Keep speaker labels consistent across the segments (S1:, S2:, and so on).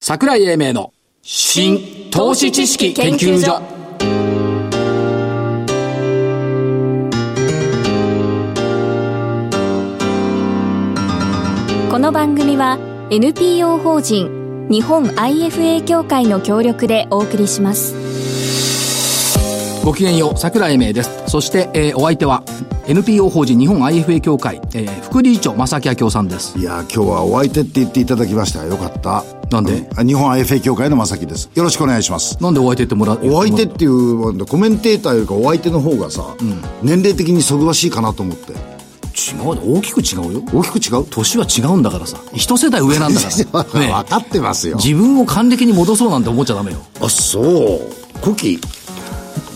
S1: 桜井英明の新投資知識研究所
S2: この番組は NPO 法人日本 IFA 協会の協力でお送りします
S1: ごきげんよう桜井英明ですそして、えー、お相手は NPO 法人日本 IFA 協会、えー、副理事長正木明夫さんです
S3: いや今日はお相手って言っていただきましたよかった
S1: なんで、
S3: うん、日本 IFA 協会の正木ですよろしくお願いします
S1: なんでお相手ってもら
S3: お相手っていうコメンテーターよりかお相手の方がさ、うん、年齢的にそぐわしいかなと思って
S1: 違う大きく違うよ
S3: 大きく違う
S1: 年は違うんだからさ一世代上なんだから、
S3: ね、分かってますよ
S1: 自分を還暦に戻そうなんて思っちゃダメよ
S3: あそう古希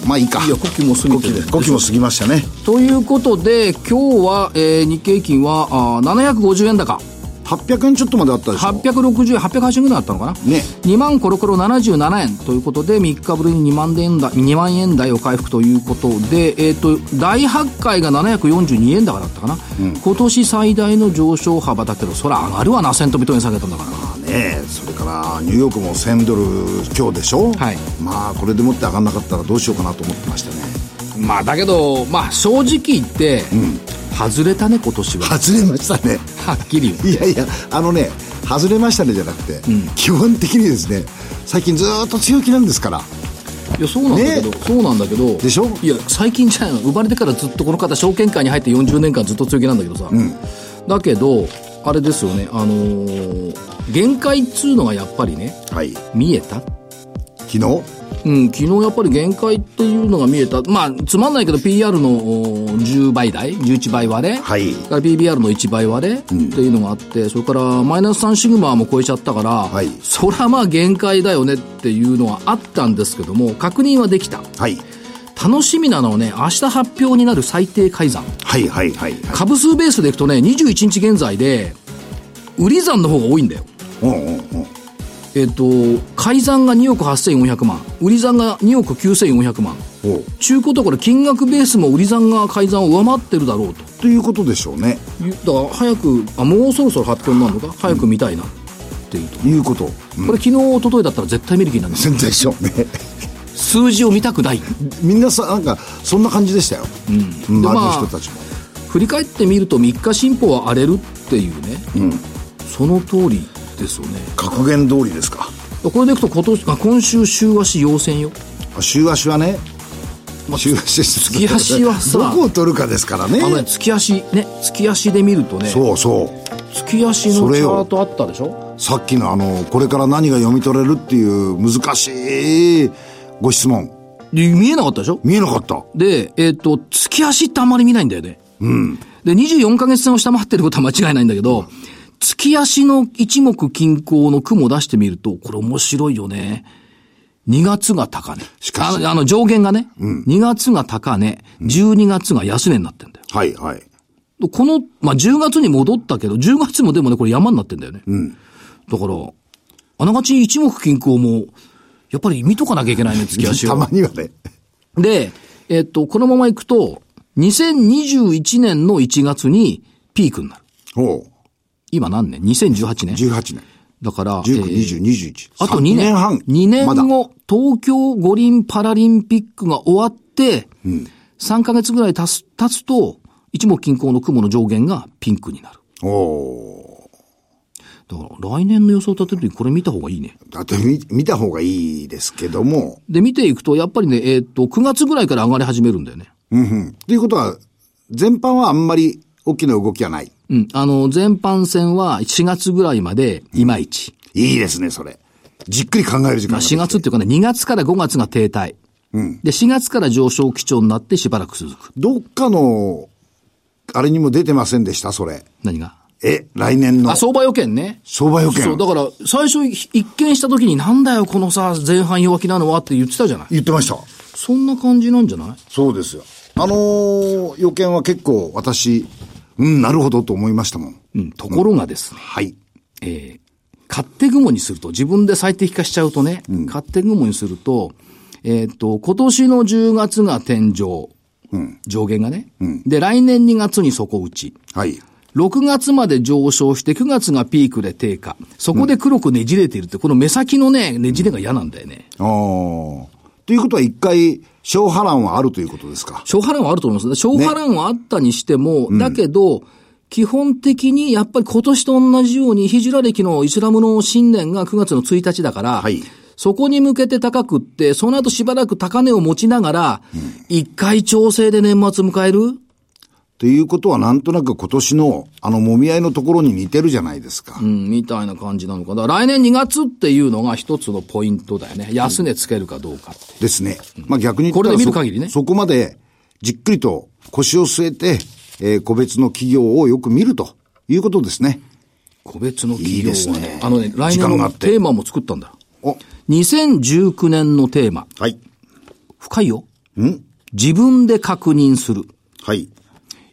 S3: まあいいか。
S1: いや、古希も過ぎて
S3: 古希も過ぎましたね。
S1: ということで、今日は、えー、日経平均は、あ750円高。
S3: 800円ちょっとまであったでしょ860
S1: 円880円ぐらいあったのかな
S3: ね
S1: 2万コロコロ77円ということで3日ぶりに2万円台2万円台を回復ということでえっ、ー、と大発会が742円高だったかな、うん、今年最大の上昇幅だけどそら上がるわな1000とビトン下げたんだから
S3: まあねそれからニューヨークも1000ドル強でしょ
S1: はい
S3: まあこれでもって上がんなかったらどうしようかなと思ってましたね
S1: まあだけどまあ正直言って、うん外れたね今年は
S3: 外れましたね
S1: はっきり
S3: いやいやあのね外れましたねじゃなくて、うん、基本的にですね最近ずっと強気なんですから
S1: いやそうなんだけど、ね、そうなんだけど
S3: でしょ
S1: いや最近じゃないの生まれてからずっとこの方証券会に入って40年間ずっと強気なんだけどさ、うん、だけどあれですよねあのー、限界っつうのがやっぱりね、
S3: はい、
S1: 見えた
S3: 昨日
S1: うん、昨日やっぱり限界っていうのが見えた。まあ、つまんないけど PR の10倍台、11倍割れ。
S3: はい。
S1: から PBR の1倍割れ、うん、っていうのがあって、それからマイナス3シグマも超えちゃったから、はい。そらまあ限界だよねっていうのはあったんですけども、確認はできた。
S3: はい。
S1: 楽しみなのはね、明日発表になる最低改ざん。
S3: はいはいはい、はい。
S1: 株数ベースでいくとね、21日現在で、売り算の方が多いんだよ。
S3: うんうんうん。
S1: えっ、ー、と、改ざんが2億8400万、売り算が2億9400万。中古とこれ金額ベースも売り算が改ざんを上回ってるだろうと。
S3: ということでしょうね。
S1: だから早く、あ、もうそろそろ発表になるのか早く見たいな、っていうと。
S3: いうこと、
S1: うん。これ昨日、一昨日だったら絶対見る気になるん
S3: ですでしょうね。
S1: 数字を見たくない。
S3: みんなさ、なんか、そんな感じでしたよ。
S1: うん。周り
S3: の人たちも。
S1: まあ、振り返ってみると3日進歩は荒れるっていうね。うん。その通り。ですよね
S3: 格言通りですか
S1: これでいくと今年あ今週週足要線よ
S3: 週足はね、
S1: まあ、週足月足はさ
S3: どこを取るかですからね
S1: あのね月足ね月足で見るとね
S3: そうそう
S1: 月足のチャートあったでしょ
S3: さっきのあのこれから何が読み取れるっていう難しいご質問
S1: 見えなかったでしょ
S3: 見えなかった
S1: でえっ、ー、と月足ってあんまり見ないんだよね
S3: うん
S1: で24か月線を下回ってることは間違いないんだけど、うん月足の一目均衡の雲を出してみると、これ面白いよね。2月が高値。
S3: しかし。
S1: あの、上限がね、うん、2月が高値、12月が安値になってんだよ。
S3: はい、はい。
S1: この、まあ、10月に戻ったけど、10月もでもね、これ山になってんだよね。
S3: うん。
S1: だから、あながち一目均衡も、やっぱり見とかなきゃいけないね、月足
S3: を。たまにはね。
S1: で、えっと、このまま行くと、2021年の1月にピークになる。
S3: ほう。
S1: 今何年 ?2018 年
S3: ?18 年。
S1: だから、
S3: 19、えー、20、21。
S1: あと2年。2
S3: 年半。
S1: 2年後、ま、東京五輪パラリンピックが終わって、うん、3ヶ月ぐらい経つ、経つと、一目均衡の雲の上限がピンクになる。
S3: お
S1: だから来年の予想を立てるときこれ見た方がいいね。
S3: だって見見た方がいいですけども。
S1: で、見ていくと、やっぱりね、えっ、ー、と、9月ぐらいから上がり始めるんだよね。
S3: うんうん。ということは、全般はあんまり大きな動きはない。
S1: うん。あの、全般戦は4月ぐらいまで、いまいち、
S3: いいですね、それ。じっくり考える時間
S1: ま
S3: が
S1: あ4月っていうかね、2月から5月が停滞。
S3: うん。
S1: で、4月から上昇基調になってしばらく続く。
S3: どっかの、あれにも出てませんでした、それ。
S1: 何が
S3: え、来年の。
S1: あ、相場予見ね。
S3: 相場予見。
S1: そう、だから、最初一見した時に、なんだよ、このさ、前半弱気なのはって言ってたじゃない
S3: 言ってました。
S1: そんな感じなんじゃない
S3: そうですよ。あのー、予見は結構私、うん、なるほどと思いましたもん。
S1: うん、ところがですね。うん、
S3: はい。
S1: えー、勝手雲にすると、自分で最適化しちゃうとね、うん、勝手雲にすると、えっ、ー、と、今年の10月が天井。
S3: うん、
S1: 上限がね、
S3: うん。
S1: で、来年2月に底打ち。
S3: はい。
S1: 6月まで上昇して、9月がピークで低下。そこで黒くねじれているって、この目先のね、ねじれが嫌なんだよね。
S3: ああ。ということは一回、小波乱はあるということですか。
S1: 小波乱はあると思いますね。小波乱はあったにしても、だけど、基本的にやっぱり今年と同じように、ヒジュラ歴のイスラムの新年が9月の1日だから、
S3: はい
S1: そこに向けて高くって、その後しばらく高値を持ちながら、一、回調整で年末迎える
S3: ということはなんとなく今年のあの揉み合いのところに似てるじゃないですか。
S1: うん、みたいな感じなのかな。だから来年2月っていうのが一つのポイントだよね。安値つけるかどうかって。
S3: ですね。まあ逆に言ったら
S1: これで見る
S3: そ
S1: 限りね
S3: そこまでじっくりと腰を据えて、えー個別の企業をよく見るということですね。
S1: 個別の企業
S3: いいです
S1: はね、
S3: ね
S1: あのね、来
S3: 時間
S1: 年
S3: が
S1: の
S3: あって
S1: テーマも作ったんだ。
S3: お、
S1: 2019年のテーマ。
S3: はい。
S1: 深いよ。
S3: ん
S1: 自分で確認する。
S3: はい。い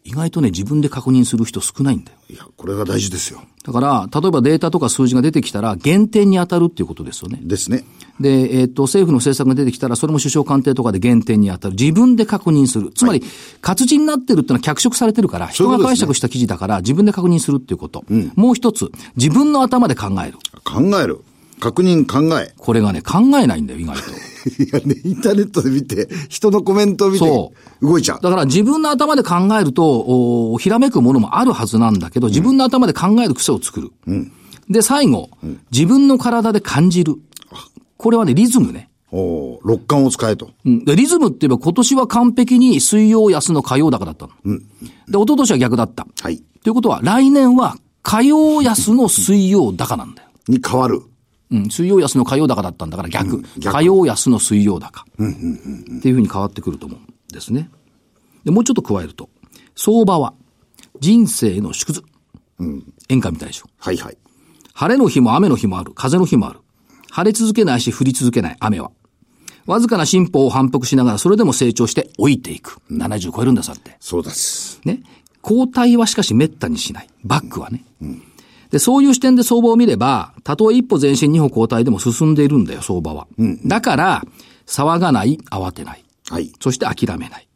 S1: 意外とね、自分で確認する人少ないんだよ。
S3: や、これが大事ですよ。
S1: だから、例えばデータとか数字が出てきたら、減点に当たるっていうことですよね。
S3: ですね。
S1: で、えっ、と、政府の政策が出てきたら、それも首相官邸とかで減点に当たる。自分で確認する。つまり、活字になってるってのは脚色されてるから、
S3: そう
S1: 人
S3: いうこ
S1: が
S3: とですね
S1: 解釈した記事だから、自分で確認するっていうこと。もう一つ、自分の頭で考える。
S3: 考える。確認考え。
S1: これがね、考えないんだよ、意外と。
S3: いやね、インターネットで見て、人のコメントを見て
S1: そ、
S3: 動いちゃう。
S1: だから自分の頭で考えると、おーひらめくものもあるはずなんだけど、自分の頭で考える癖を作る。で、最後、自分の体で感じる。これはね、リズムね。
S3: おー六感を使えと。
S1: うん、でリズムって言えば今年は完璧に水曜安の火曜高だったの。で、一昨年は逆だった。
S3: はい。
S1: ということは、来年は火曜安の水曜高なんだよ。
S3: に変わる。
S1: うん、水曜安の火曜高だったんだから逆。
S3: 逆
S1: 火曜安の水曜高。っていうふうに変わってくると思うんですね。で、もうちょっと加えると、相場は人生の縮図。演歌みたいでしょ。
S3: はいはい。
S1: 晴れの日も雨の日もある。風の日もある。晴れ続けないし降り続けない雨は。わずかな進歩を反復しながらそれでも成長して老いていく。70超えるんださって。
S3: そうです。
S1: ね。交代はしかし滅多にしない。バックはね。で、そういう視点で相場を見れば、たとえ一歩前進二歩後退でも進んでいるんだよ、相場は。だから、騒がない、慌てない。
S3: はい。
S1: そして諦めない。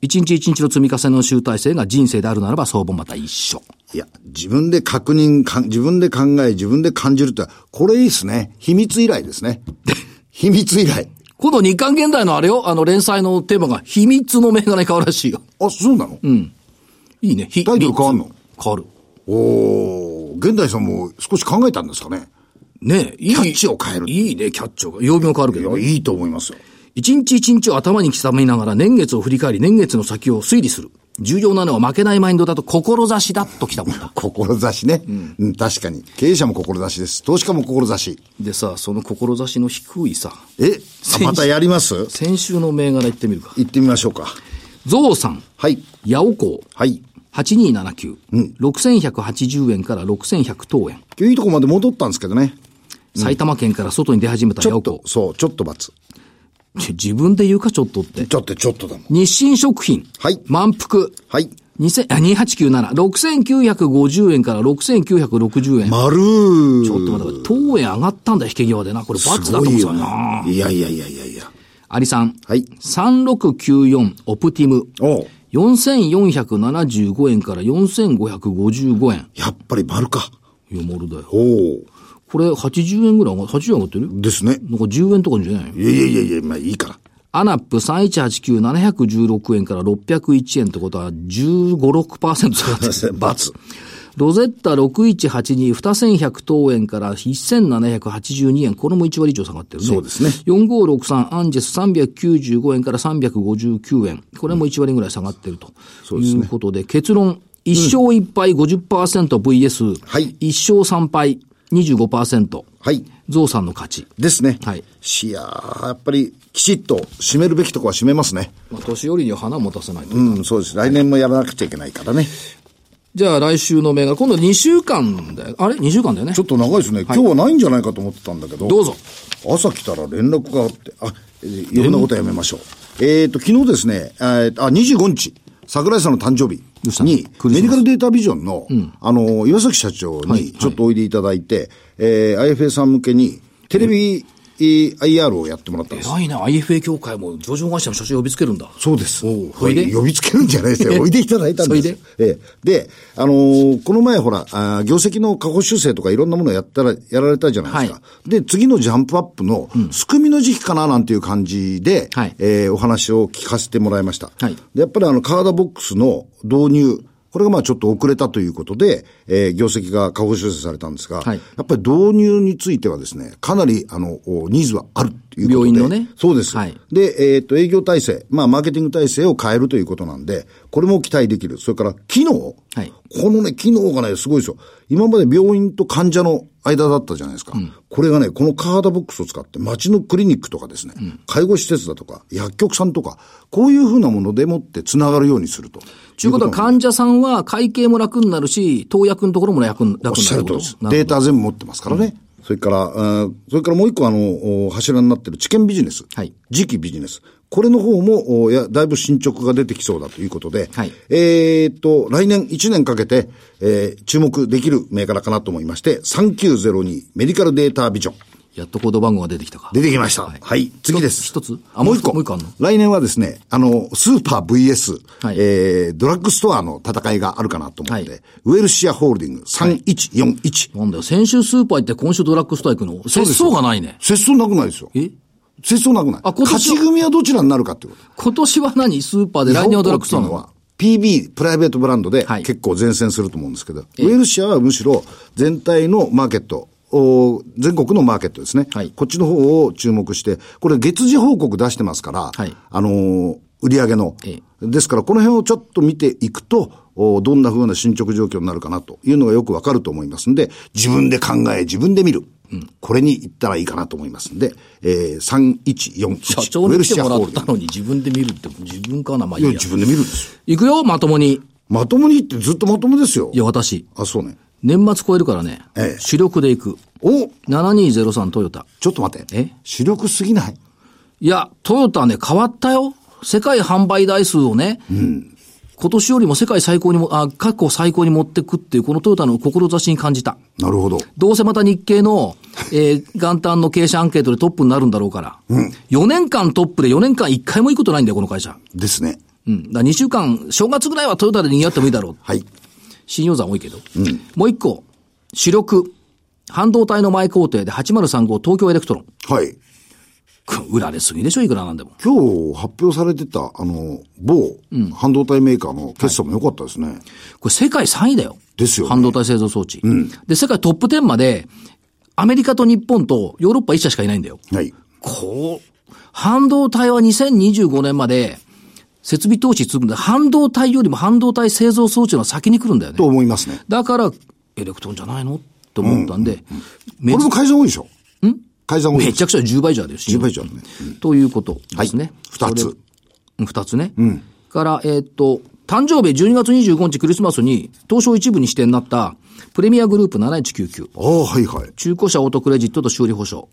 S1: 一日一日の積み重ねの集大成が人生であるならば相場もまた一緒。
S3: いや、自分で確認かん、自分で考え、自分で感じるって、これいいですね。秘密以来ですね。 秘密以来。
S1: 今度日刊現代のあれよ、あの連載のテーマが秘密の銘柄に変わるらしいよ。
S3: あ、そうなの、うん、
S1: いいね。タ
S3: タイトル変わんの
S1: 変わる。
S3: おー、現代さんも少し考えたんですかね。
S1: ねえ、いい。
S3: キャッチを変える
S1: いいね、キャッチを。曜日も変わるけ
S3: い
S1: ど
S3: や、
S1: ね。
S3: いいと思いますよ。
S1: 一日一日を頭に刻みながら年月を振り返り、年月の先を推理する。重要なのは負けないマインドだと志だときたもんだ。
S3: 志ね、うん。確かに。経営者も志です。投資家も志。
S1: でさ、その志の低いさ、
S3: えあまたやります
S1: 先週の銘柄言ってみるか。
S3: 行ってみましょうか。
S1: ゾウさん、
S3: はい。
S1: ヤオコウ、
S3: はい。
S1: 8279、6180円から6100等円。
S3: 今日いいとこまで戻ったんですけどね。
S1: 埼玉県から外に出始めた
S3: ち
S1: ヤ
S3: ょっ
S1: オ
S3: と
S1: コ、
S3: そう、ちょっと罰。
S1: ウ。ちょ自分で言うかちょっとって。
S3: ちょっと、ちょっとだもん。
S1: 日清食品、
S3: はい
S1: 満腹、
S3: はい。
S1: 2000あ2897、6950円から6960円。
S3: 丸ー。
S1: ちょっと待って、当円上がったんだよ、引け際でな。これ罰だと思うんですよな。
S3: ね。いやいやいやいやいや。
S1: アリさん。
S3: はい
S1: 3694オプティム。
S3: おう
S1: 4475円から4555円。
S3: やっぱり丸か。
S1: いや、モルだよ。
S3: おお。
S1: これ80円ぐらい上が、80円上がってる
S3: ですね。
S1: なんか10円とかじゃない
S3: いやいやいやいや、まあい いから。
S1: アナップ3189716円から601円ってことは15、6%下がってる。
S3: 罰。
S1: ロゼッタ6182、2100等円から1782円。これも1割以上下がってるね。
S3: そうですね。
S1: 4563、アンジェス395円から359円。これも1割ぐらい下がってると。いうことで、結論、一勝一敗 50%VS、
S3: はい
S1: 一勝三敗25%、
S3: はい。
S1: ゾウさんの勝ち。
S3: ですね。
S1: はい。
S3: いやー、やっぱり、きちっと締めるべきとこは締めますね。
S1: まあ、年寄りには花を持たせないと。
S3: うん、そうです。来年もやらなくちゃいけないからね。
S1: じゃあ来週の銘柄、今度2週間だよ。あれ ?2 週間だよね
S3: ち。ょっと長いですね。今日はないんじゃないかと思ってたんだけど。
S1: どうぞ。
S3: 朝来たら連絡があって、あ、えーいろんなことはやめましょう。えっ、と、昨日ですね、えーあ、25日、桜井さんの誕生日
S1: うしたの
S3: に、
S1: クリスマス
S3: メディカルデータビジョンの、あの、岩崎社長
S1: はい
S3: にちょっとおいでいただいて、えー IFA さん向けに、テレビえー IR をやってもらったんです。
S1: 偉いな、IFA 協会も上場会社の社長呼びつけるんだ。
S3: そうです。
S1: おうほいで
S3: 呼びつけるんじゃないです よ。おいでいただいたんですよ。ええ。で、あのーこの前ほら、あー業績の過去修正とかいろんなものやったら、やられたじゃないですか。
S1: は
S3: で、次のジャンプアップの、すくみの時期かななんていう感じで、
S1: はい
S3: えーお話を聞かせてもらいました。
S1: はい
S3: で、やっぱりあの、カーダボックスの導入、これがまあちょっと遅れたということで、えー業績が過去修正されたんですが、
S1: はい
S3: やっぱり導入についてはですね、かなり、あの、おニーズはあるということで。
S1: 病院のね
S3: そうです。
S1: はい
S3: で、えっ、と、営業体制、まあ、マーケティング体制を変えるということなんで、これも期待できる。それから、機能。
S1: はい
S3: このね、機能がね、すごいですよ。今まで病院と患者の間だったじゃないですか。これがね、このカードボックスを使って、町のクリニックとかですね、介護施設だとか、薬局さんとか、こういうふうなものでもって繋がるようにすると。
S1: ということは患者さんは会計も楽になるし、投薬のところも楽に楽になる
S3: おっしゃる
S1: と
S3: と
S1: いうこ
S3: り
S1: と
S3: です。
S1: なる
S3: データ全部持ってますからね。それから、うんそれからもう一個あの、お柱になってる知見ビジネス。
S1: はい
S3: 次期ビジネス。これの方も、おや、だいぶ進捗が出てきそうだということで、
S1: はい
S3: えーっと、来年1年かけて、えー注目できる銘柄かなと思いまして、3902メディカルデータビジョン。
S1: やっとコード番号が出てきたか。
S3: 出てきました。はい、次です。
S1: 一つあ
S3: もう一個。
S1: もう一個あんの
S3: 来年はですね、あの、スーパー VS、
S1: はい
S3: えー、ドラッグストアの戦いがあるかなと思って、
S1: はい
S3: ウェルシアホールディング3141。
S1: なんだよ、先週スーパー行って今週ドラッグストア行くの節操がないね。
S3: 節操なくないですよ。
S1: え
S3: 節操なくない。
S1: あ今年は
S3: 勝ち組はどちらになるかってこと。
S1: 今年は何スーパーで来年はドラッグストアな
S3: 日本
S1: の
S3: っていうのは PB、プライベートブランドで
S1: はい
S3: 結構前線すると思うんですけど、ウェルシアはむしろ全体のマーケット、お全国のマーケットですね、
S1: はい
S3: こっちの方を注目して、これ月次報告出してますから、
S1: はい
S3: あのー売り上げの
S1: ええ。
S3: ですから、この辺をちょっと見ていくと、おどんな風な進捗状況になるかなというのがよくわかると思いますんで、自分で考え、自分で見る。これに行ったらいいかなと思いますんで、えー、3141。
S1: 社長に来てもらったのに自分で見るって、自分かなまあい
S3: い
S1: い
S3: や、
S1: や。
S3: 自分で見るんですよ。
S1: 行くよ、まともに。
S3: まともにってずっとまともですよ
S1: い。や、私。
S3: あ、そうね。
S1: 年末超えるからね。
S3: ええ
S1: 主力で行く。
S3: お
S1: 7203トヨタ。
S3: ちょっと待って。
S1: え
S3: 主力すぎない
S1: いや、トヨタね、変わったよ。世界販売台数をね、今年よりも世界最高にも、あ、過去最高に持ってくっていう、このトヨタの志に感じた。
S3: なるほど。
S1: どうせまた日経の、え ー元旦の経営者アンケートでトップになるんだろうから。4年間トップで4年間1回もいいことないんだよ、この会社。
S3: ですね。
S1: うん。だ2週間、正月ぐらいはトヨタで賑わってもいいだろう。
S3: はい。
S1: 信用山多いけど。もう一個、主力、半導体の前工程で8035東京エレクトロン。
S3: はい。
S1: く売られすぎでしょ、いくらなんでも。
S3: 今日発表されてた、あの、某、半導体メーカーの決算も良かったですね。
S1: これ世界3位だよ。
S3: ですよね
S1: 半導体製造装置。で、世界トップ10まで、アメリカと日本とヨーロッパ1社しかいないんだよ。
S3: はい。
S1: こう、半導体は2025年までで、設備投資積むんで、半導体よりも半導体製造装置の方が先に来るんだよ
S3: と
S1: ね。
S3: 思いますね。
S1: だから、エレクトーンじゃないのって思ったんで、め
S3: これも改ざん多いでしょん改ざん多い
S1: め
S3: でし
S1: ち
S3: ょ
S1: ゃくちゃ10倍じゃです
S3: 10倍以上あるね。
S1: ということですね。
S3: 二
S1: それ
S3: つ。
S1: うん二つね。から、えーっと、誕生日12月25日クリスマスに、東証一部に支店になった、プレミアグループ7199。
S3: ああ、はいはい。
S1: 中古車オートクレジットと修理保証。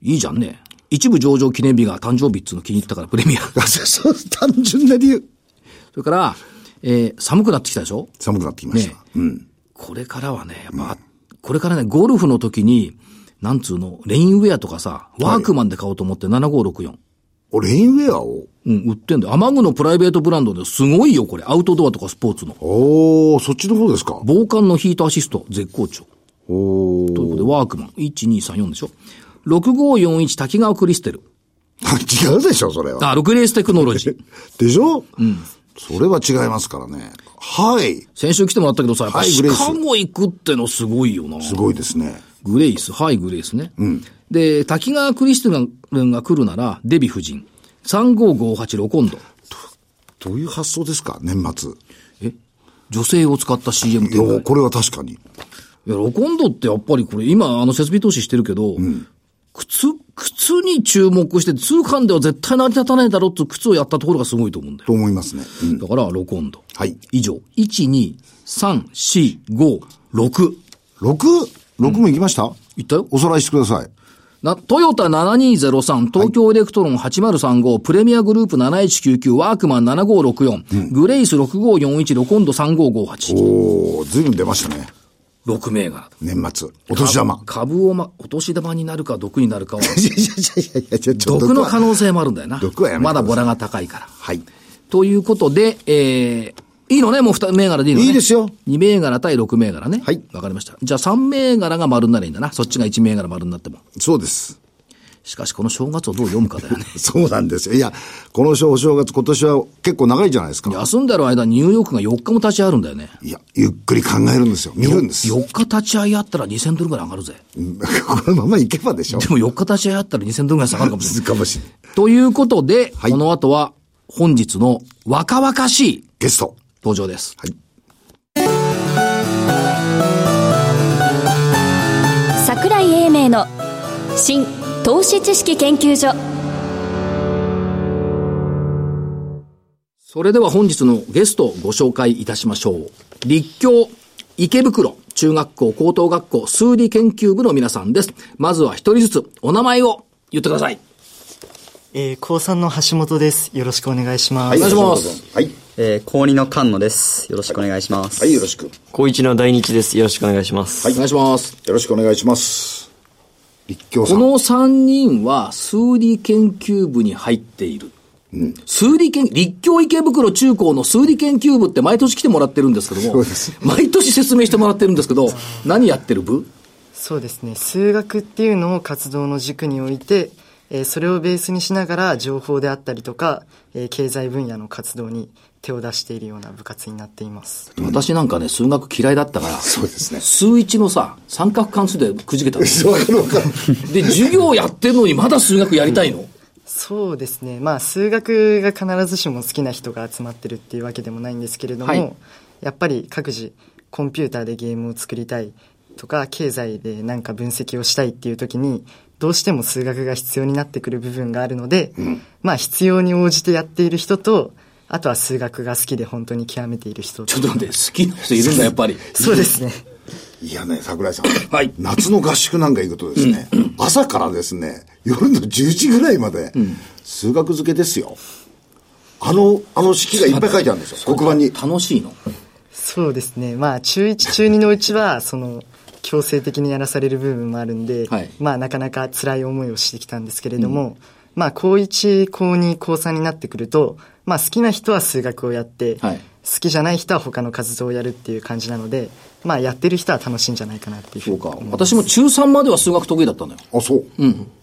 S1: いいじゃんね。一部上場記念日が誕生日っつうの気に入ったから、プレ ミア。
S3: そう、単純な理由。
S1: それから、えー寒くなってきたでしょ
S3: 寒くなってきました。
S1: ね
S3: うん。
S1: これからはね、やっぱ、これからね、ゴルフの時に、なんつうの、レインウェアとかさ、ワークマンで買おうと思って7564。
S3: 俺、レインウェアを。
S1: うん、売ってんだよ。アマグのプライベートブランドですごいよ、これ。アウトドアとかスポーツの。
S3: おー、そっちの方ですか。
S1: 防寒のヒートアシスト、絶好調。
S3: おー。
S1: ということで、ワークマン。1234でしょ。6541滝川クリステル。
S3: 違うでしょ、それは。
S1: あ、6レーステクノロジー。
S3: でしょうん。それは違いますからね。はい。
S1: 先週来てもらったけどさ、やっぱ
S3: はい
S1: シ
S3: グレース
S1: カゴ行くってのすごいよな。
S3: すごいですね。
S1: グレイス、はい、グレイスね。で、滝川クリステルが来るなら、デヴィ夫人。3558ロコンド。
S3: どういう発想ですか年末。
S1: え女性を使った CM ってい
S3: い
S1: うの
S3: や、これは確かに。
S1: いや、ロコンドってやっぱりこれ、今、あの、設備投資してるけど、靴、靴に注目して、通販では絶対成り立たないだろうって靴をやったところがすごいと思うんだよ。
S3: と思いますね。うん
S1: だから、ロコンド。
S3: はい。
S1: 以上。1、2、3、4、5、6。
S3: 6?6 も行きました、
S1: いったよ。
S3: おさらいしてください。
S1: な、トヨタ7203、東京エレクトロン8035、プレミアグループ7199、ワークマン7564、グレイス6541、ロコンド3558。
S3: おー、ずいぶん出ましたね。
S1: 6銘柄。
S3: 年末、お年玉。
S1: 株を、ま、お年玉になるか毒になる かは、
S3: いやいやいやいや、ちょっと
S1: 毒の可
S3: は
S1: 能性もあるんだよな。
S3: 毒はやめてくだ
S1: ま
S3: さ
S1: だ
S3: い
S1: ボラが高いから。
S3: はい。
S1: ということで、えー、いいのねもう2銘柄でいいのね
S3: いいですよ。
S1: 2銘柄対6銘柄ね。
S3: はい
S1: わかりました。じゃあ3銘柄が丸になればいいんだな。そっちが1銘柄丸になっても。
S3: そうです。
S1: しかしこの正月をどう読むかだよね。
S3: そうなんですよ。いや、このお正月、今年は結構長いじゃないですか。
S1: 休んでる間ニューヨークが4日も立ち会えるんだよね。
S3: いや、ゆっくり考えるんですよ。見るんです。
S1: 4日立ち会いあったら2000ドルぐらい上がるぜ。
S3: うん このままいけばでしょ。
S1: でも4日立ち会いあったら2000ドルぐらい下がるかもしれない。
S3: かもしれない。
S1: ということで、
S3: はい
S1: この後は本日の若々しい
S3: ゲスト。
S1: 登場です。
S3: はい。
S2: 桜井英明の新投資知識研究所
S1: それでは本日のゲストをご紹介いたしましょう。立教池袋中学校高等学校数理研究部の皆さんです。まずは一人ずつお名前を言ってください。
S4: えー、高3の橋本です。よろしくお願いします。
S1: 願いします。
S3: はい。
S5: えー、高2の菅野です。よろしくお願いします。
S3: はい、よろしく。よ
S6: 高一の大日です。よろしくお願いします。
S1: お願いします。
S3: ろしくお願いします。立教さ
S1: こ
S3: ん。
S1: の三人は数理研究部に入っている。数理研、立教池袋中高の数理研究部って毎年来てもらってるんですけども、毎年説明してもらってるんですけど、何やってる部
S4: そうですね。数学っていうのを活動の軸に置いて、えーそれをベースにしながら情報であったりとか、えー経済分野の活動に手を出しているような部活になっています。
S1: 私なんかね、数学嫌いだったから、
S3: そうですね。
S1: 数一のさ、三角関数でくじけたの
S3: わかるわかる。
S1: で、授業やってるのにまだ数学やりたいの
S4: そうですね。まあ、数学が必ずしも好きな人が集まってるっていうわけでもないんですけれども、
S1: はい
S4: やっぱり各自コンピューターでゲームを作りたいとか、経済でなんか分析をしたいっていう時に、どうしても数学が必要になってくる部分があるので、まあ、必要に応じてやっている人と、あとは数学が好きで本当に極めている人
S1: ちょっと待って、好きな人いるんだ、やっぱり。
S4: そうですね。
S3: いやね、桜井さん。
S1: はい
S3: 夏の合宿なんか行くとですね、朝からですね、夜の10時ぐらいまで、数学漬けですよ。あの、あの式がいっぱい書いてあるんですよ。黒板に。
S1: 楽しいの。
S4: そうですね。まあ、中1、中2のうちは、その、強制的にやらされる部分もあるんで、
S1: はい
S4: まあ、なかなか辛い思いをしてきたんですけれども、まあ、高1、高2、高3になってくると、まあ、好きな人は数学をやって、
S1: はい
S4: 好きじゃない人は他の活動をやるっていう感じなので、まあ、やってる人は楽しいんじゃないかなっていうふう
S1: そう
S4: に
S1: か
S4: 思い。ます
S1: 私も中3までは数学得意だったのよ。
S3: あ、そう。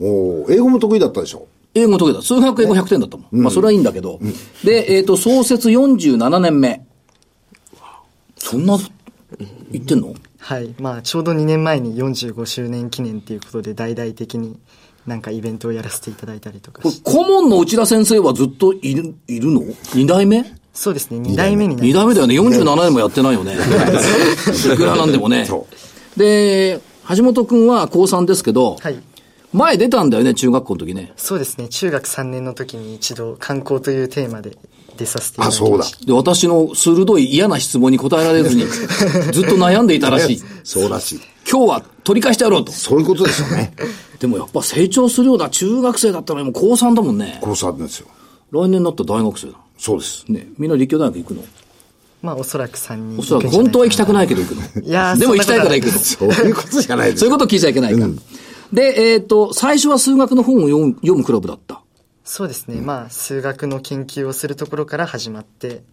S3: おー英語も得意だったでしょ。
S1: 英語得意だ。数学英語100点だったもん。まあ、それはいいんだけど。で、えっ、と、創設47年目。そんな、言ってんの
S4: はい。まあ、ちょうど2年前に45周年記念っていうことで、大々的になんかイベントをやらせていただいたりとか
S1: これ
S4: して、
S1: 顧問の内田先生はずっといる、いるの ?2 代目
S4: そうですね、2代目になり
S1: 二
S4: ます
S1: 代目だよね。47年もやってない よね。いくらなんでもね。
S3: そ
S1: で、橋本くんは高3ですけど、
S4: はい。
S1: 前出たんだよね、中学校の時ね。
S4: そうですね中学3年の時に一度観光というテーマで出させていただ
S3: あ、
S4: き
S3: そう
S4: ま
S3: だ
S4: し。た
S1: で、私の鋭い嫌な質問に答えられず に、ずっと悩んでいたらしい。
S3: そうらしい。
S1: 今日は取り返してやろうと。
S3: そういうことですよね。
S1: でもやっぱ成長するような中学生だったらもう高3だもんね。
S3: こうさんですよ。
S1: 来年になったら大学生だ。
S3: そうです。
S1: ね、みんな立教大学行くの
S4: まあおそらく3人
S1: おそらく本当は行きたくないけど行くの。
S4: いやー
S1: でも行きたいから行く
S4: そんなことは
S1: の。
S3: そう
S4: ない
S3: いうことじゃないです。
S1: そういうこと聞いちゃいけないから。で、えっ、と、最初は数学の本を読む読むクラブだった。
S4: そうですねまあ数学の研究をするところから始まって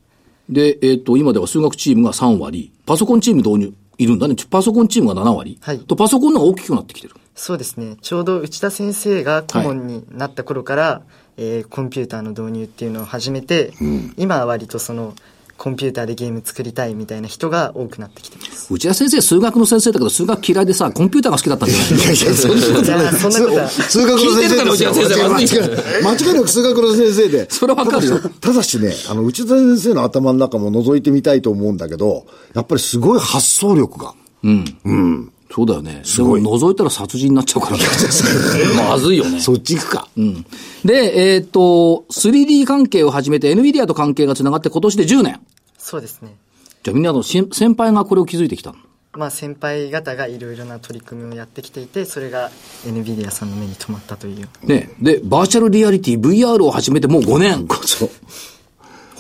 S1: で、えっ、と、今では数学チームが3割、パソコンチーム導入、いるんだね。パソコンチームが7割。
S4: はい
S1: と、パソコンの方が大きくなってきてる。
S4: そうですねちょうど内田先生が顧問になった頃から、えーコンピューターの導入っていうのを始めて、今は割とそのコンピューターでゲーム作りたいみたいな人が多くなってき てます
S1: 内田先生、数学の先生だけど、数学嫌いでさ、コンピューターが好きだったんじゃない
S3: いやいや、そんなこと
S4: いやーそんなことは
S3: 数学の先生ですよ。
S1: 聞いてるから
S3: 間
S1: 内田先
S3: 違い間違い間違いなく数学の先生で。
S1: それはわかるよ
S3: ただし。ただしね、あの、内田先生の頭の中も覗いてみたいと思うんだけど、やっぱりすごい発想力が。
S1: そうだよね。でも覗いたら殺人になっちゃうからね。まずいよね。
S3: そっち行くか。
S1: うんで、えっ、と、3D 関係を始めて NVIDIA と関係がつながって今年で10年。
S4: そうですね
S1: じゃあみんなの先先輩がこれを気づいてきたの。
S4: まあ、先輩方がいろいろな取り組みをやってきていてそれが NVIDIA さんの目に留まったという
S1: ね。で、バーチャルリアリティ VR を始めてもう5年。
S3: そう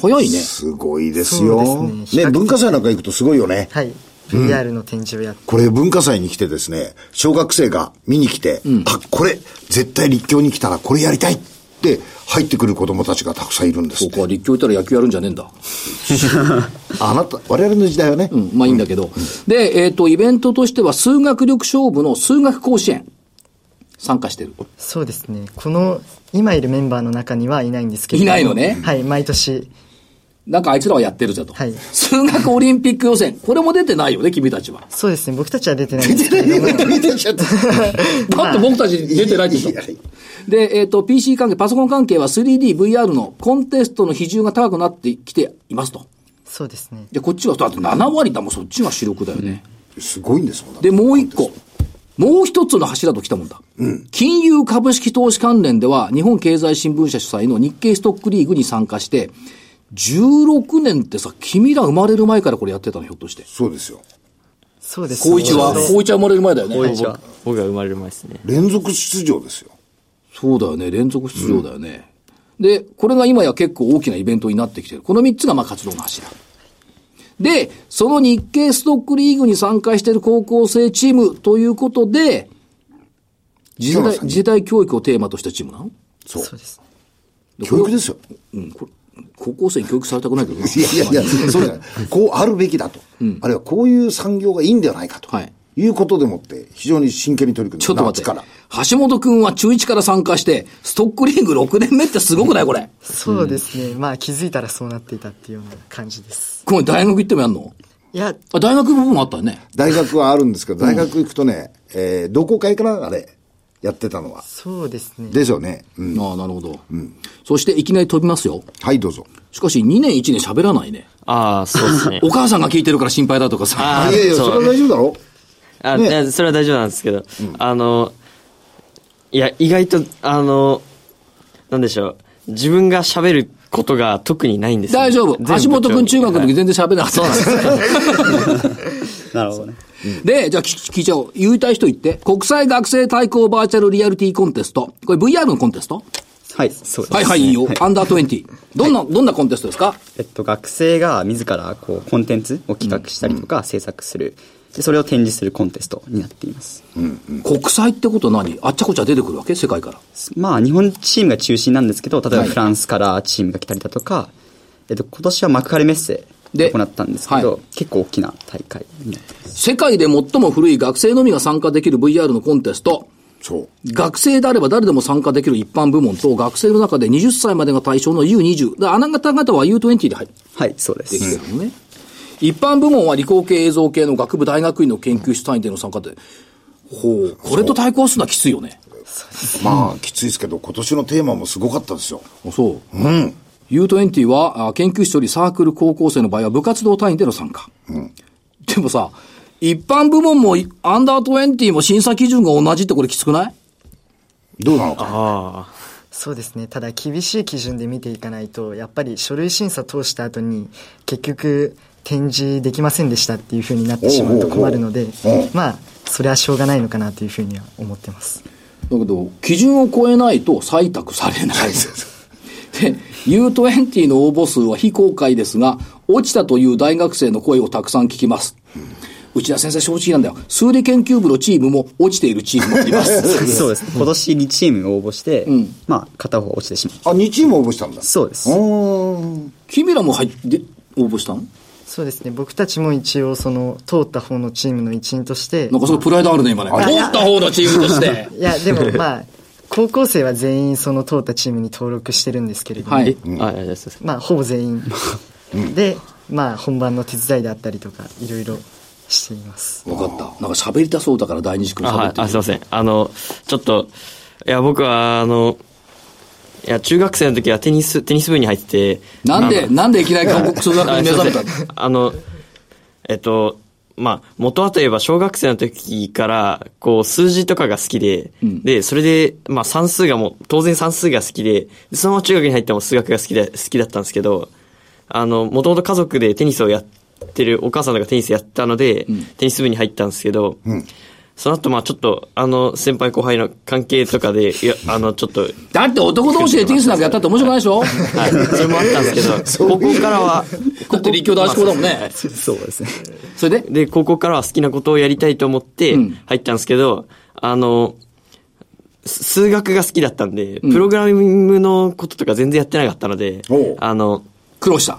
S1: 早いね。
S3: すごいですよ
S4: そうですね比較。的
S3: ね、文化祭なんか行くとすごいよね。
S4: はい。 VR の展示をやって、
S3: これ文化祭に来てですね、小学生が見に来て、あ、これ、絶対立教に来たらこれやりたいって入ってくる子供たちがたくさんいるんですっ
S1: そ
S3: て
S1: こは立教いたら野球やるんじゃねえんだ。
S3: あなた、我々の時代はね、
S1: うん、まあいいんだけど。で、えっ、と、イベントとしては数学力勝負の数学甲子園、参加してる。
S4: そうですねこの今いるメンバーの中にはいないんですけれど
S1: いないのね
S4: はい毎年
S1: なんかあいつらはやってるぜと。
S4: はい
S1: 数学オリンピック予選、これも出てないよね、君たちは。
S4: そうですね僕たちは出てないんですけれども
S1: だって僕たち出てないでしょ。で、えっ、と、PC 関係、パソコン関係は 3D、VR のコンテストの比重が高くなってきていますと。
S4: そうですね
S1: で、こっちは、だって7割だもん、そっちが主力だよね。
S3: すごいんですもんだって
S1: で、もう一個。もう一つの柱ときたもんだ。金融株式投資関連では、日本経済新聞社主催の日経ストックリーグに参加して、16年ってさ、君ら生まれる前からこれやってたの、ひょっとして。
S3: そうですよ。
S4: そうですね
S1: 高一は、高一は生まれる前だよね。
S5: こんにちは。
S6: 僕が生まれる前ですね。
S3: 連続出場ですよ。
S1: そうだよね。連続出場だよね。で、これが今や結構大きなイベントになってきてる。この3つがまあ活動の柱。で、その日経ストックリーグに参加している高校生チームということで、次世
S3: そうなん
S1: 代
S3: です、ね
S1: 次世代教育をテーマとしたチームなの
S3: そう。
S4: そうです
S3: 教育ですよ。
S1: うん、これ、高校生に教育されたくないけど。
S3: いやいやいや、そうじゃない。こうあるべきだと。あるいはこういう産業がいいんではないかと。
S1: はい
S3: い。うことでもって、非常に真剣に取り組んで
S1: ちょっと待って
S3: 夏から。。
S1: 橋本くんは中1から参加して、ストックリーグ6年目ってすごくないこれ。
S4: そうですね、まあ気づいたらそうなっていたっていうような感じです
S1: これ大学行ってもやんの
S4: いや
S1: あ、大学部分もあったよね。
S3: 大学はあるん ですけど、大学行くとね、えー同好会からあれ、やってたのは。
S4: そうですね
S3: ですよね。うん。
S1: ああ、なるほど。そしていきなり飛びますよ。
S3: はい、どうぞ。
S1: しかし2年1年喋らないね。。
S6: ああ、そうですね
S1: お母さんが聞いてるから心配だとかさ。
S6: あ
S3: いやいや、
S6: そう
S3: それは大丈夫だろ
S6: あ、
S3: ね
S6: いやそれは大丈夫なんですけど、あの、いや、意外と、あの、なんでしょう。自分が喋ることが特にないんですよ
S1: 大丈夫。
S6: 全部
S1: 橋本くん中学の
S6: はい
S1: 時全然喋らなかった。
S5: なるほどね。
S1: で、じゃあ聞聞いちゃおう。言いたい人言って。国際学生対抗バーチャルリアリティコンテスト。これ VR のコンテスト
S5: はい、そうです
S1: は
S5: ね
S1: いはい、いいよ。アンダー20。どんな、どんなコンテストですか
S5: えっと、学生が自らこうコンテンツを企画したりとか制作する、でそれを展示するコンテストになっています、
S1: 国際ってことは何あっちゃこっちゃ出てくるわけ世界から。
S5: まあ日本チームが中心なんですけど例えばフランスからチームが来たりだとか、えっと、今年は幕張メッセ
S1: で
S5: で行ったんですけど、
S1: はい
S5: 結構大きな大会になってます
S1: 世界で最も古い学生のみが参加できる VR のコンテスト。
S3: そう。
S1: 学生であれば誰でも参加できる一般部門と、学生の中で20歳までが対象の U20。だからあなた方は U20 で入って
S5: はいそうで
S1: きて
S5: す、
S1: るのね。一般部門は理工系映像系の学部大学院の研究室単位での参加で。ほう。これと対抗するのはきついよね。
S3: まあ、きついですけど、今年のテーマもすごかったですよ。
S1: あそう。うん。U20 は、あ研究室よりサークル高校生の場合は部活動単位での参加。でもさ、一般部門も、アンダー20も審査基準が同じってこれきつくない
S3: どうなのか。
S6: ああ。
S4: そうですねただ厳しい基準で見ていかないとやっぱり書類審査通した後に結局展示できませんでしたっていうふうになってしまうと困るので
S3: おうおうおう
S4: まあそれはしょうがないのかなというふうには思ってます
S1: だけど、基準を超えないと採択されない。 で、U20 の応募数は非公開ですが、落ちたという大学生の声をたくさん聞きます。内田先生正直なんだよ。数理研究部のチームも落ちているチームもあり ます。
S5: そうですね今年2チーム応募して、まあ片方が落ちてしまう
S3: あ、2チーム応募したんだ。
S5: そうです
S3: うーん。
S1: 君らも入って、応募したの
S4: そうですね僕たちも一応その通った方のチームの一員として
S1: なんかすごいプライドあるね、今ね。通った方のチームとして。
S4: いやでもまあ 高校生は全員その通ったチームに登録してるんですけれど も、
S1: はい。
S6: あ、いやいやそうです
S4: まあほぼ 全員でまあ本番の手伝いであったりとかいろいろしています
S1: 分かった。なんか喋りたそうだから第二次君
S6: あ、は
S1: 喋
S6: い
S1: っ、て
S6: あ、
S1: み
S6: すい
S1: る
S6: ません。あの、ちょっと、いや、僕は、あの、いや、中学生の時はテニス、テニス部に入ってて、
S1: なんで、なんでいきなり韓国育
S6: あ
S1: に目覚めた
S6: すいませんあの、えっと、まあ、元はといえば小学生の時から、こう、数字とかが好きで、で、それで、まあ、算数がもう、当然算数が好きで、でそのまま中学に入っても数学が好きで、好きだったんですけど、あの、もともと家族でテニスをやってる、お母さんがテニスやったので、テニス部に入ったんですけど、その後、まあちょっと、あの、先輩後輩の関係とかで、いや、あの、ちょっと、
S1: だって男同士でテニスなんかやったって面白くないでしょ
S6: はい、それもあったん ですけど、高校からは、
S1: だって立教男子校だもんね。
S5: そうですね。
S1: それで
S6: で、高校からは好きなことをやりたいと思って入ったんですけど、あの、す数学が好きだったんで、プログラミングのこととか全然やってなかったので、
S3: おう
S6: あの、
S1: 苦労した。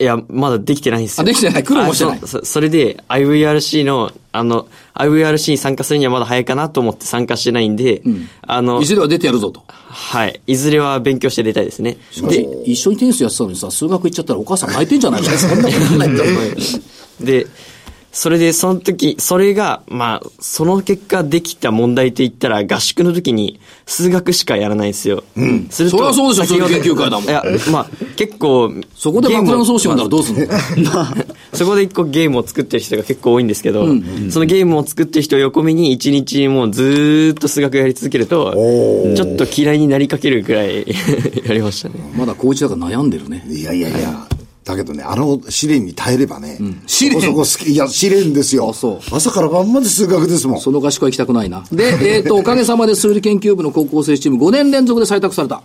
S6: いや、まだできてないんですよ。
S1: あできてない苦労もしてない
S6: あそそそれで、IVRC の、あの、IVRC に参加するにはまだ早いかなと思って参加してないんで、あの
S1: い、ずれは出てやるぞと。
S6: はい。いずれは勉強して出たいですね。で、
S1: で、一緒にテニスやってたのにさ、数学行っちゃったらお母さん 泣いてんじゃないか。そんなことない
S6: で、それで、その時、それが、まあ、その結果できた問題といったら、合宿の時に数学しかやらないんですよ。うん。する
S1: そりゃそうでしょ
S6: 先ほど
S1: 数学研究会だもん
S6: いや、まあ、結構、
S1: そこで
S6: ゲーム
S1: 爆
S6: を
S1: 弾送信読んだらどうすんの
S6: そこで一個ゲームを作ってる人が結構多いんですけど、そのゲームを作ってる人を横目に一日もうずーっと数学やり続けると、ちょっと嫌いになりかけるぐらい やりましたね。
S1: まだ高一だから悩んでるね。
S3: いやいやいや。だけどね、あの試練に耐えればね、試練そこそこ好き、いや、試練ですよ。
S1: そう
S3: 朝から晩まで数学ですもん。
S1: その合宿は行きたくないな。で、えっ、と、おかげさまで数理研究部の高校生チーム5年連続で採択された。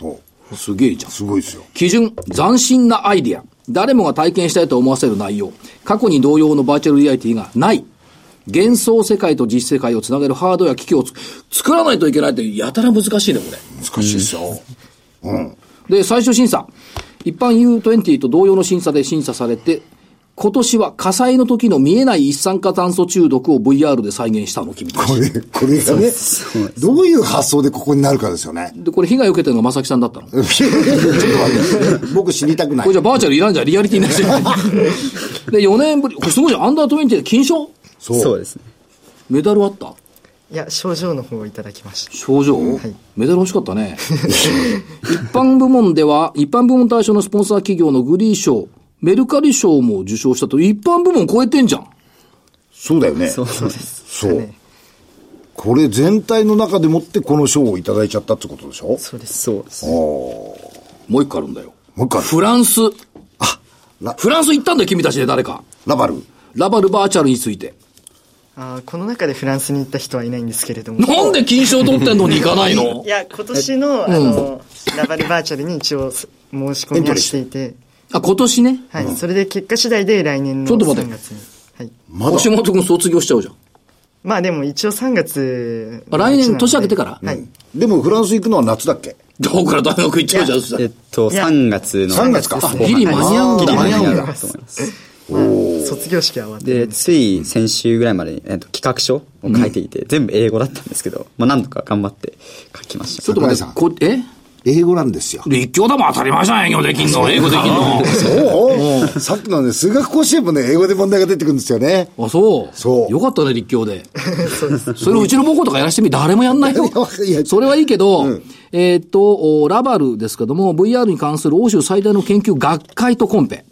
S3: お
S1: すげえじゃん。
S3: すごいですよ。
S1: 基準、斬新なアイディア。誰もが体験したいと思わせる内容。過去に同様のバーチャルリアリティがない。幻想世界と実世界をつなげるハードや機器をつ作らないといけないってやたら難しいね、これ。
S3: 難しいですよ。うん。
S1: で、最終審査。一般 U20 と同様の審査で審査されて、今年は火災の時の見えない一酸化炭素中毒を VR で再現したの、君たち
S3: これ、これがね、どういう発想でここになるかですよね。
S1: で、これ被害を受けたのが正木さんだったの。こ
S3: ちょっと待って。僕知りたくない
S1: れじ。ゃバーチャルいらんじゃん、リアリティになっちゃ う。で、4年ぶり、これすごいじゃん、アンダー20で金賞
S3: そう
S5: そうですね。
S1: メダルあった
S4: いや、症状の方をいただきました。
S1: 賞状、メダル欲しかったね。一般部門では、一般部門対象のスポンサー企業のグリー賞、メルカリ賞も受賞したと、一般部門超えてんじゃん。
S3: そうだよね。
S5: そうそうです。
S3: そう。これ全体の中でもってこの賞をいただいちゃったってことでしょ
S5: そうです。そうです。
S1: もう一個あるんだよ。
S3: もう一回。
S1: フランス。
S3: ラ
S1: フランス行ったんだよ、君たちで誰か。
S3: ラバル。
S1: ラバルバーチャルについて。
S4: あーこの中でフランスに行った人はいないんですけれども。
S1: なんで金賞取ってんのに行かないの
S4: いや、今年の、あの、ラバルバーチャルに一応す申し込みはしていて、
S1: あ、今年ね。
S4: はい、それで結果次第で来年の
S1: ちょっと待って
S4: 3月に。はい。
S3: まだ
S1: 星本君卒業しちゃうじゃん。
S4: まあでも一応3月
S1: あ来年年明けてから
S4: はい。
S3: でもフランス行くのは夏だっけ
S1: だから大学行っちゃうじゃん、そしたら
S5: えっと、
S4: いや
S5: 3月の。
S3: 3月か
S5: 後半
S1: ギリ間に合うんだ
S5: ギリ間に合う
S3: 間に合うんだ
S5: と思います。
S4: 卒業式は終わってるん
S5: で、
S4: です。
S5: つい先週ぐらいまでに、えっと、企画書を書いていて、全部英語だったんですけど、まあ、何とか頑張って書きました。
S1: ちょっと待って、こえ
S3: 英語なんですよ。
S1: 立教だもん当たり前じゃん、営業できんの。英語できん
S3: そうさっきのね、数学甲子園もね、英語で問題が出てくるんですよね。
S1: の。あ、そう。
S3: そう
S1: よかったね、立教で。 それうちの母校とかやらしてみ、誰もや んないよ。
S3: いや
S1: それはいいけど、えーっと、おラバルですけども、VR に関する欧州最大の研究学会とコンペ。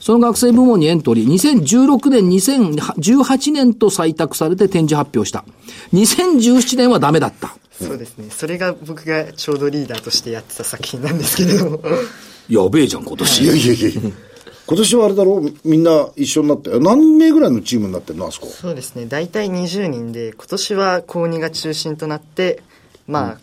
S1: その学生部門にエントリー、2016年、2018年と採択されて展示発表した。2017年はダメだった。
S4: そうですね。それが僕がちょうどリーダーとしてやってた作品なんですけれども。
S1: やべえじゃん、今
S3: い
S1: 年。
S3: やいやいやいや今年はあれだろうみんな一緒になって、何名ぐらいのチームになってるのあそこ。
S4: そうですね。大体20人で、今年は高2が中心となって、まあ、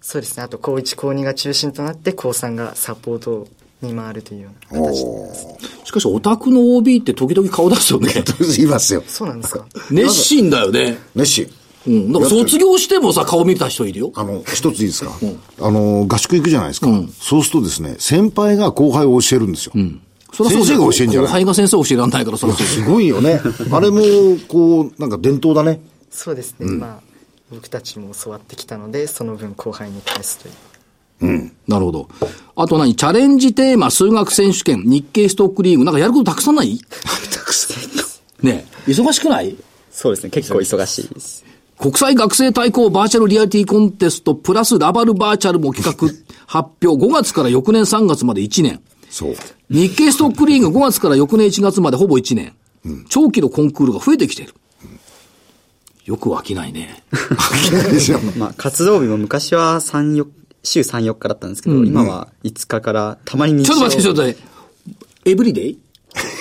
S4: そうですね。あと高1、高2が中心となって、高3がサポートに回るというような形になります。
S1: しかし、オタクの OB って時々顔出すよ ね。
S3: いますよ。
S4: そうなんですか。
S1: 熱心だよね。
S3: ネッシー。
S1: うん。だから卒業してもさ、顔見た人いるよ。
S3: あの、一ついいですか、あの、合宿行くじゃないですか、そうするとですね、先輩が後輩を教えるんですよ。
S1: そ りゃそう
S3: 先
S1: だ
S3: 生
S1: よ
S3: が教えるんじゃ
S1: 後
S3: ない
S1: 輩が先生を教えらんないから、そらそう
S3: すごいよね。あれも、こう、なんか伝統だね。
S4: そうですね。まあ、僕たちも教わってきたので、その分後輩に返すという。
S1: なるほど。あと何チャレンジテーマ数学選手権、日経ストックリーグ。なんかやることたくさんない たくさん。ねえ忙しくない
S5: そうですね、結構忙しいです。
S1: 国際学生対抗バーチャルリアリティコンテストプラスラバルバーチャルも企 画発表。5月から翌年3月まで1年。
S3: そう。
S1: 日経ストックリーグ5月から翌年1月までほぼ1年。長期のコンクールが増えてきている。よく飽きないね。
S5: まあ、活動日も昔は3、4、週3、4日だったんですけど、今は5日から、たまに日
S1: ちょ
S5: 曜。
S1: っと 待って、ちょっと待って。エブリデイ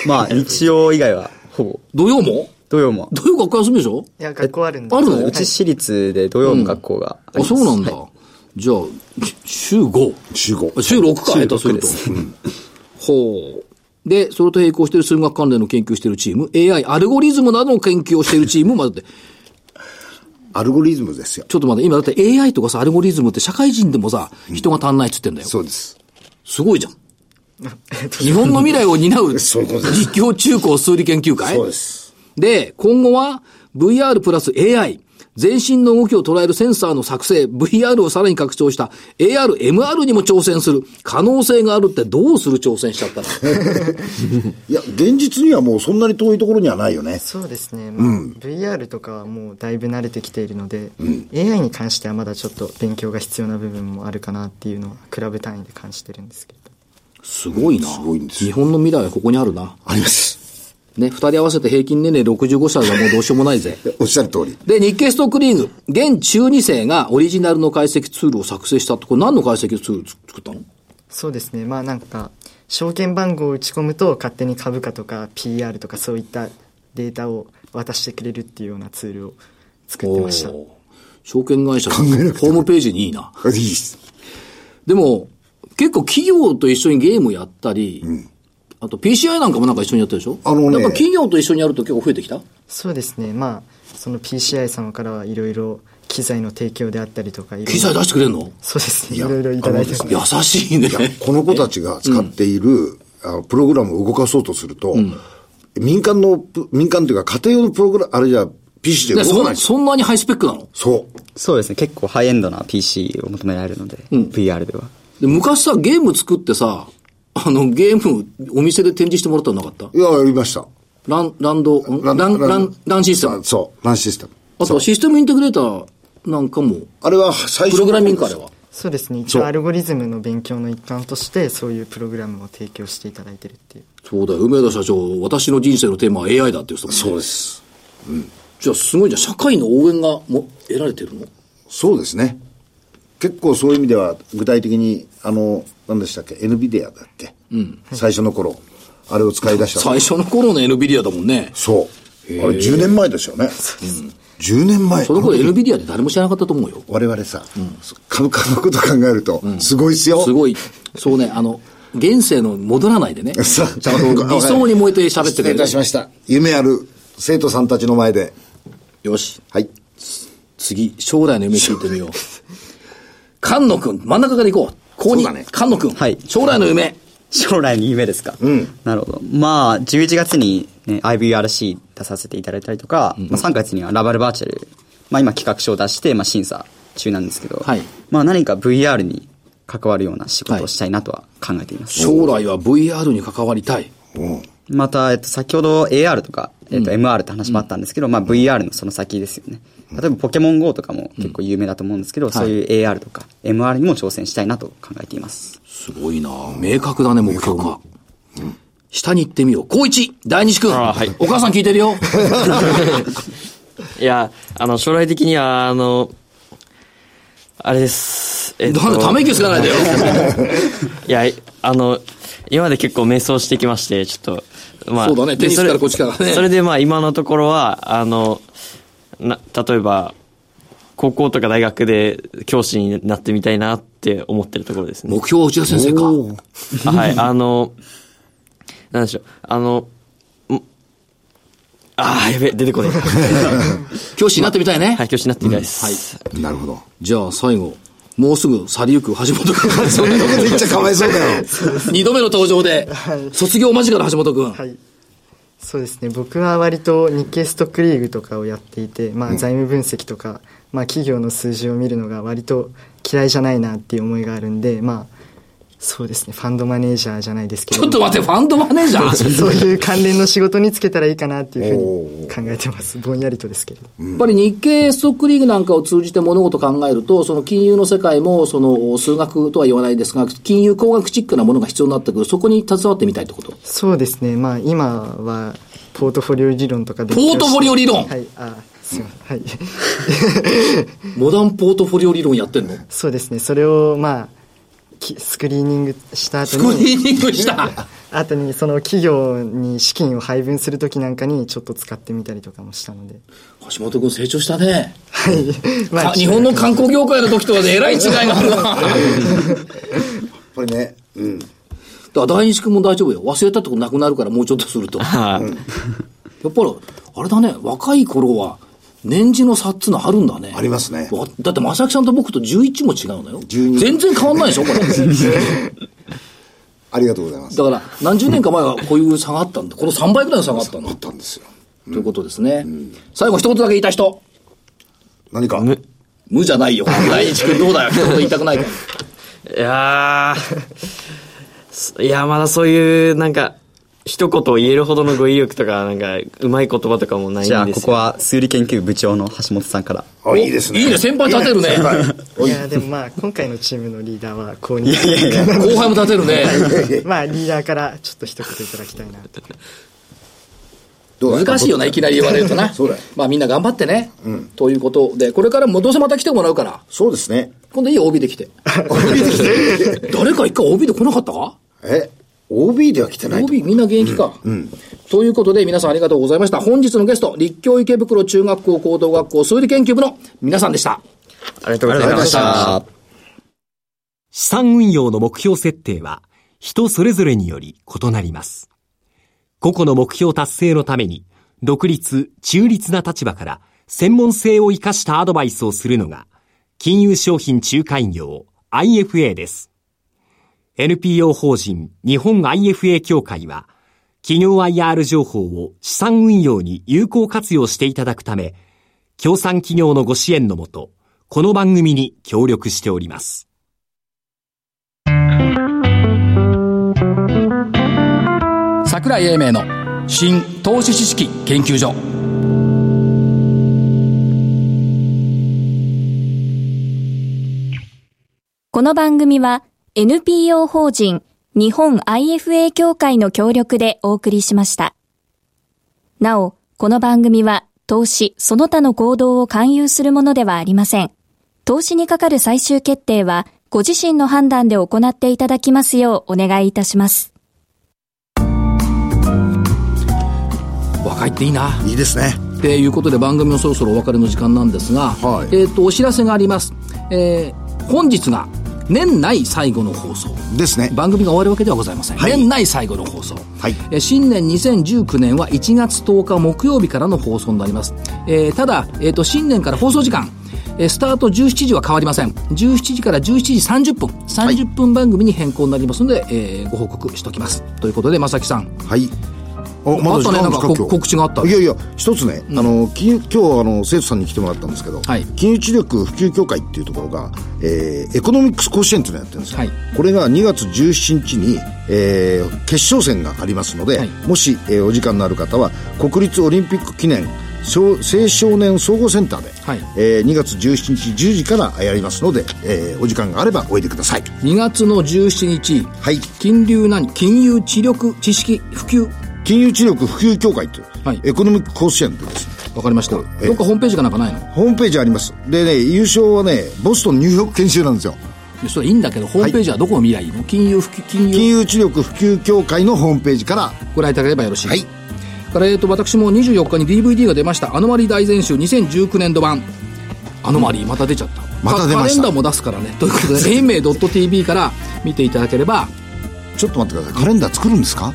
S5: まあ、日曜以外は、ほぼ。
S1: 土曜も
S5: 土曜も。
S1: どういう学校休みでしょ
S4: いや、学校あるんで。
S1: あるの
S4: はいう
S5: ち私立で土曜の学校があり
S1: あ、
S5: ます、
S1: そうなんだ
S5: はい。
S1: じゃあ、週 5?
S3: 週5。
S1: 週6か、
S5: 週
S1: 下手すると
S5: 六で。す
S1: うんほう。で、それと並行している数学関連の研究をしているチーム、AI、アルゴリズムなどの研究をしているチーム、まあだって、
S3: アルゴリズムですよ。
S1: ちょっと待って、今だって AI とかさ、アルゴリズムって社会人でもさ、人が足んないっつってんだよ。
S3: そうです。
S1: すごいじ ゃん。日本の未来を担う
S3: そういうことです
S1: 実況中高数理研究会
S3: そうです。
S1: で、今後は VR プラス AI、全身の動きを捉えるセンサーの作成、VR をさらに拡張した AR、MR にも挑戦する可能性があるってどうする挑戦しちゃったら。
S3: いや、現実にはもうそんなに遠いところにはないよね。
S4: そうですね、まあ VR とかはもうだいぶ慣れてきているので、AI に関してはまだちょっと勉強が必要な部分もあるかなっていうのは比べ単位で感じてるんですけど
S1: すごいな。
S3: すごいんですよ
S1: 日本の未来はここにあるな。
S3: あります。
S1: ね、二人合わせて平均年齢65歳はもうどうしようもないぜ。
S3: おっしゃる通り。
S1: で、日経ストックリーグ、現中二世がオリジナルの解析ツールを作成したって、これ何の解析ツール作ったの
S4: そうですねまあなんか証券番号を打ち込むと勝手に株価とか PR とかそういったデータを渡してくれるっていうようなツールを作ってました
S1: おー証券会社のホームページにいいな。
S3: いいです。
S1: でも、結構企業と一緒にゲームやったり、あと PCI なんかもなんか一緒にやったでしょ
S3: あのね
S1: やっぱ企業と一緒にやると結構増えてきた
S4: そうですねまあその PCI 様からはいろいろ機材の提供であったりとかいろいろ
S1: 機材出してくれるの
S4: そうですねい
S3: や
S4: ろいろいただいてます
S3: あの
S1: 優しいね。
S3: この子たちが使っている、あのプログラムを動かそうとすると、民間のプ、民間というか家庭用のプログラム、あれじゃ PC で
S1: ね
S3: 動か
S1: そ
S3: ない
S1: ん
S3: です
S1: そんなにハイスペックなの
S3: そう。
S5: そうですね。結構ハイエンドな PC を求められるので、VR では。
S1: で昔さ、ゲーム作ってさ、あの、ゲーム、お店で展示してもらったのなかった
S3: いや、やりました。
S1: ラン、ランド、んラン、ラン、ランシステム。
S3: そう、ランシステム。
S1: あと、システムインテグレーターなんかも、
S3: あれは最初
S1: プログラミングか、あれは。
S4: そうですね一
S3: そう
S4: 応アルゴリズムの勉強の一環としてそういうプログラムを提供していただいてるっていう
S1: そうだよ、梅田社長、私の人生のテーマは AI だって言ってたもんね。
S3: そうです。
S1: じゃあ、すごいじゃん。社会の応援がも得られてるの
S3: そうですね。結構そういう意味では、具体的に、あの、何でしたっけ、NVIDIA だっけ、最初の頃、あれを使い出した。
S1: 最初の頃の NVIDIA だもんね。
S3: そう。あれ10年前ですよね。10年前。
S1: その頃 NVIDIA で誰も知らなかったと思うよ。
S3: 我々さ、株価のこと考えると、すごいっすよ。
S1: すごい。そうね、あの、現世の戻らない でね。ち
S3: さ
S1: ゃ
S3: あ
S1: んと理想に燃えて喋ってくれ
S3: 失礼いた
S1: る。
S3: しました。夢ある生徒さんたちの前で。
S1: よし、
S3: はい。
S1: 次、将来の夢聞いてみよう。菅野くん、真ん中から行こう。ここに、菅野くん。
S5: はい
S1: 将来の夢。
S5: 将来の夢ですか。なるほど。まあ、11月に、ね、IVRC 出させていただいたりとか、まあ、3月にはラバルバーチャル、まあ今企画書を出して、まあ審査中なんですけど、
S1: はい
S5: まあ何か VR に関わるような仕事をしたいなとは考えています。
S1: 将来は VR に関わりたい。
S5: また、えっと、先ほど AR とか、えっと、MR って話もあったんですけど、まあ VR のその先ですよね。例えばポケモン GO とかも結構有名だと思うんですけど、そういう AR とか MR にも挑戦したいなと考えています。
S1: すごいな明確だね、目標が。下に行ってみよう。高一大西くん、
S6: あーはい
S1: お母さん聞いてるよ。
S6: いや、あの、将来的には、あの、あれです。 えっと
S1: なんだ、ため息つか ないでよ。
S6: いや、あの、今まで結構迷走してきまして、ちょっと、まあ。
S1: そうだね
S6: で
S1: テニス
S6: それ
S1: からこっちからね
S6: それでまあ、今のところは、あの、な、例えば、高校とか大学で教師になってみたいなって思ってるところですね。
S1: 目標は内田先生か。
S6: あはい、あの、なんでしょう、あの、んああ、やべえ、出てこない。
S1: 教師になってみたいね。
S6: はい、教師になってみたいです。
S3: なるほど。
S1: じゃあ最後、もうすぐ去りゆく橋本
S3: そんなこと
S1: 君。
S3: 言っちゃかわいそうだよ。
S1: 二度目の登場で、卒業間近の橋本君。
S4: はいそうですね僕は割と日経ストックリーグとかをやっていて、まあ、財務分析とか、まあ、企業の数字を見るのが割と嫌いじゃないなっていう思いがあるんでまあそうですねファンドマネージャーじゃないですけ
S1: ち
S4: ど
S1: ょっと待って、ファンドマネージャー
S4: そういう関連の仕事につけたらいいかなっていうふうに考えてますぼんやりとですけれど
S1: やっぱり日経ストックリーグなんかを通じて物事を考えると、その金融の世界も、その数学とは言わないですが、金融工学チックなものが必要になってくる。そこに携わってみたいってこと。
S4: そうですねまあ今はポートフォリオ理論とかポ
S1: ポートフォリオ理論
S4: はいあすいませんはい
S1: モダンポートフォリオ理論やってんの
S4: そうですねそれをまあきスクリーニングした後
S1: スクリー
S4: に
S1: ニングした。
S4: 後にその企業に資金を配分する時なんかにちょっと使ってみたりとかもしたので
S1: 橋本君成長したね。
S4: はい ま
S1: か
S4: あ
S1: 日本の観光業界の時とはね、えらい違いがあ るな。
S3: これね、うん。
S1: だから大西君も大丈夫よ。忘れたとこなくなるから、もうちょっとすると。やっ
S6: は
S1: ぱり、あれだね、若い頃は、年次の差っつうのあるんだね。
S3: ありますね
S1: わだって、正木さんと僕と11も違うのよ。
S3: 12
S1: 全然変わんないでしょ、 これ。
S3: ありがとうございます。
S1: だから、何十年か前はこういう差があったんだ。この3倍ぐらいの差があったんだ
S3: あっ。たんですよ。
S1: ということですね。最後、一言だけ言いたい人。
S3: 何か
S6: い。。む
S1: 無じゃないよ。大西君どうだよ。一言言いたく ないか。
S6: いやー、 いや、まだそういう、なんか、一言を言えるほどの語彙力とか、なんか、うまい言葉とかもないんです
S5: じ
S6: よ
S5: ゃあ、ここは数理研究部長の橋本さんから。
S3: あ、いいですね。
S1: いいね、先輩立て るね。
S4: いやでもまあ今回のチームのリーダーはこうに
S1: 後輩も立てるね。
S4: まあリーダーからちょっと一言いただきたいなと
S3: どうだ
S1: 難しいよな、いきなり言われるとな。
S3: そうだよ
S1: まあみんな頑張ってね。ということで、これからもどうせまた来てもらうから、
S3: そうですね。
S1: 今度いい OB で来 て。 誰か一回 OB で来なかったか
S3: え、OB では来てないと
S1: ?OB みんな現役か。ということで、皆さんありがとうございました。本日のゲスト、立教池袋中学校高等学校数理研究部の皆さんでした。
S6: ありがとうございました。
S7: 資産運用の目標設定は人それぞれにより異なります。個々の目標達成のために独立、中立な立場から専門性を生かしたアドバイスをするのが金融商品仲介業 IFA です。NPO 法人日本 IFA 協会は企業 IR 情報を資産運用に有効活用していただくため、協賛企業のご支援のもと、この番組に協力しております。
S1: 桜井英明の新投資知識研究所。
S2: この番組は NPO 法人日本 IFA 協会の協力でお送りしました。なお、この番組は投資その他の行動を勧誘するものではありません。投資にかかる最終決定はご自身の判断で行っていただきますようお願いいたします。
S1: 若いっていいな。
S3: いいですね。
S1: ということで番組もそろそろお別れの時間なんですが、
S3: はい
S1: えっとお知らせがあります、えー本日が年内最後の放送
S3: ですね。
S1: 番組が終わるわけではございません、
S3: はい
S1: 年内最後の放送、
S3: はい
S1: えー新年2019年は1月10日木曜日からの放送になります、えーただ、えー、と新年から放送時間えースタート17時は変わりません17時から17時30分30分番組に変更になりますので、えーご報告しておきますということで正木さん
S3: はい。お
S1: あったねなんか
S3: 今日
S1: こ告知があった
S3: いやいや一つね、あの金融今日あの生徒さんに来てもらったんですけど、
S1: はい
S3: 金融知力普及協会っていうところが、えーエコノミックス甲子園っていうのをやってるんですよ、
S1: はい
S3: これが2月17日に、えー決勝戦がありますので、
S1: はい
S3: もし、えーお時間のある方は国立オリンピック記念青青少年総合センターで、
S1: はい
S3: えー2月17日10時からやりますので、えーお時間があればおいでください
S1: 2月の17日、
S3: はい
S1: 金融何金融知力知識普及
S3: 金融知力普及協会という、
S1: はい
S3: エコノミック甲子園でですね
S1: わかりました、
S3: ええ
S1: どっかホームページかなんかないのい
S3: ホームページあります。でね、優勝はね、ボストンニューヨーク研修なんですよ。
S1: やそれいいんだけどホームページはどこを見りゃいいの、金融普及金
S3: 金
S1: 融
S3: 融知力普及協会のホームページから、
S1: ご覧いただければよろしい
S3: はい。
S1: から、えー、と私も24日に DVD が出ました「アノマリー大全集2019年度版」アノマリーまた出ちゃった
S3: また出ま
S1: カレ
S3: した
S1: ンダーも出すからねということ で英明 .tv から見ていただければ
S3: ちょっと待ってください。カレンダー作るんですか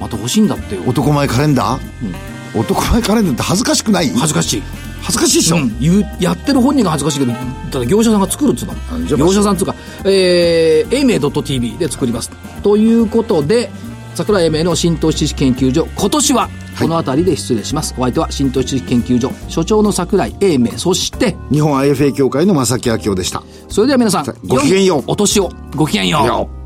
S1: また欲しいんだってよ
S3: 男前カレンダー、男前カレンダーって恥ずかしくない
S1: 恥ずかしい
S3: 恥ずかしいでしょ、
S1: うん、言うやってる本人が恥ずかしいけどただ業者さんが作るっつうの
S3: じゃあ
S1: 業者さんっつうかえー、aimei.tv で作りますということで桜井英明の浸透知識研究所今年はこの辺りで失礼します、お相手は浸透知識研究所所長の桜井英明そして
S3: 日本 IFA 協会の正木明夫でした。
S1: それでは皆さん
S3: ごきげんよう
S1: 良いお年をごきげんよう
S3: よう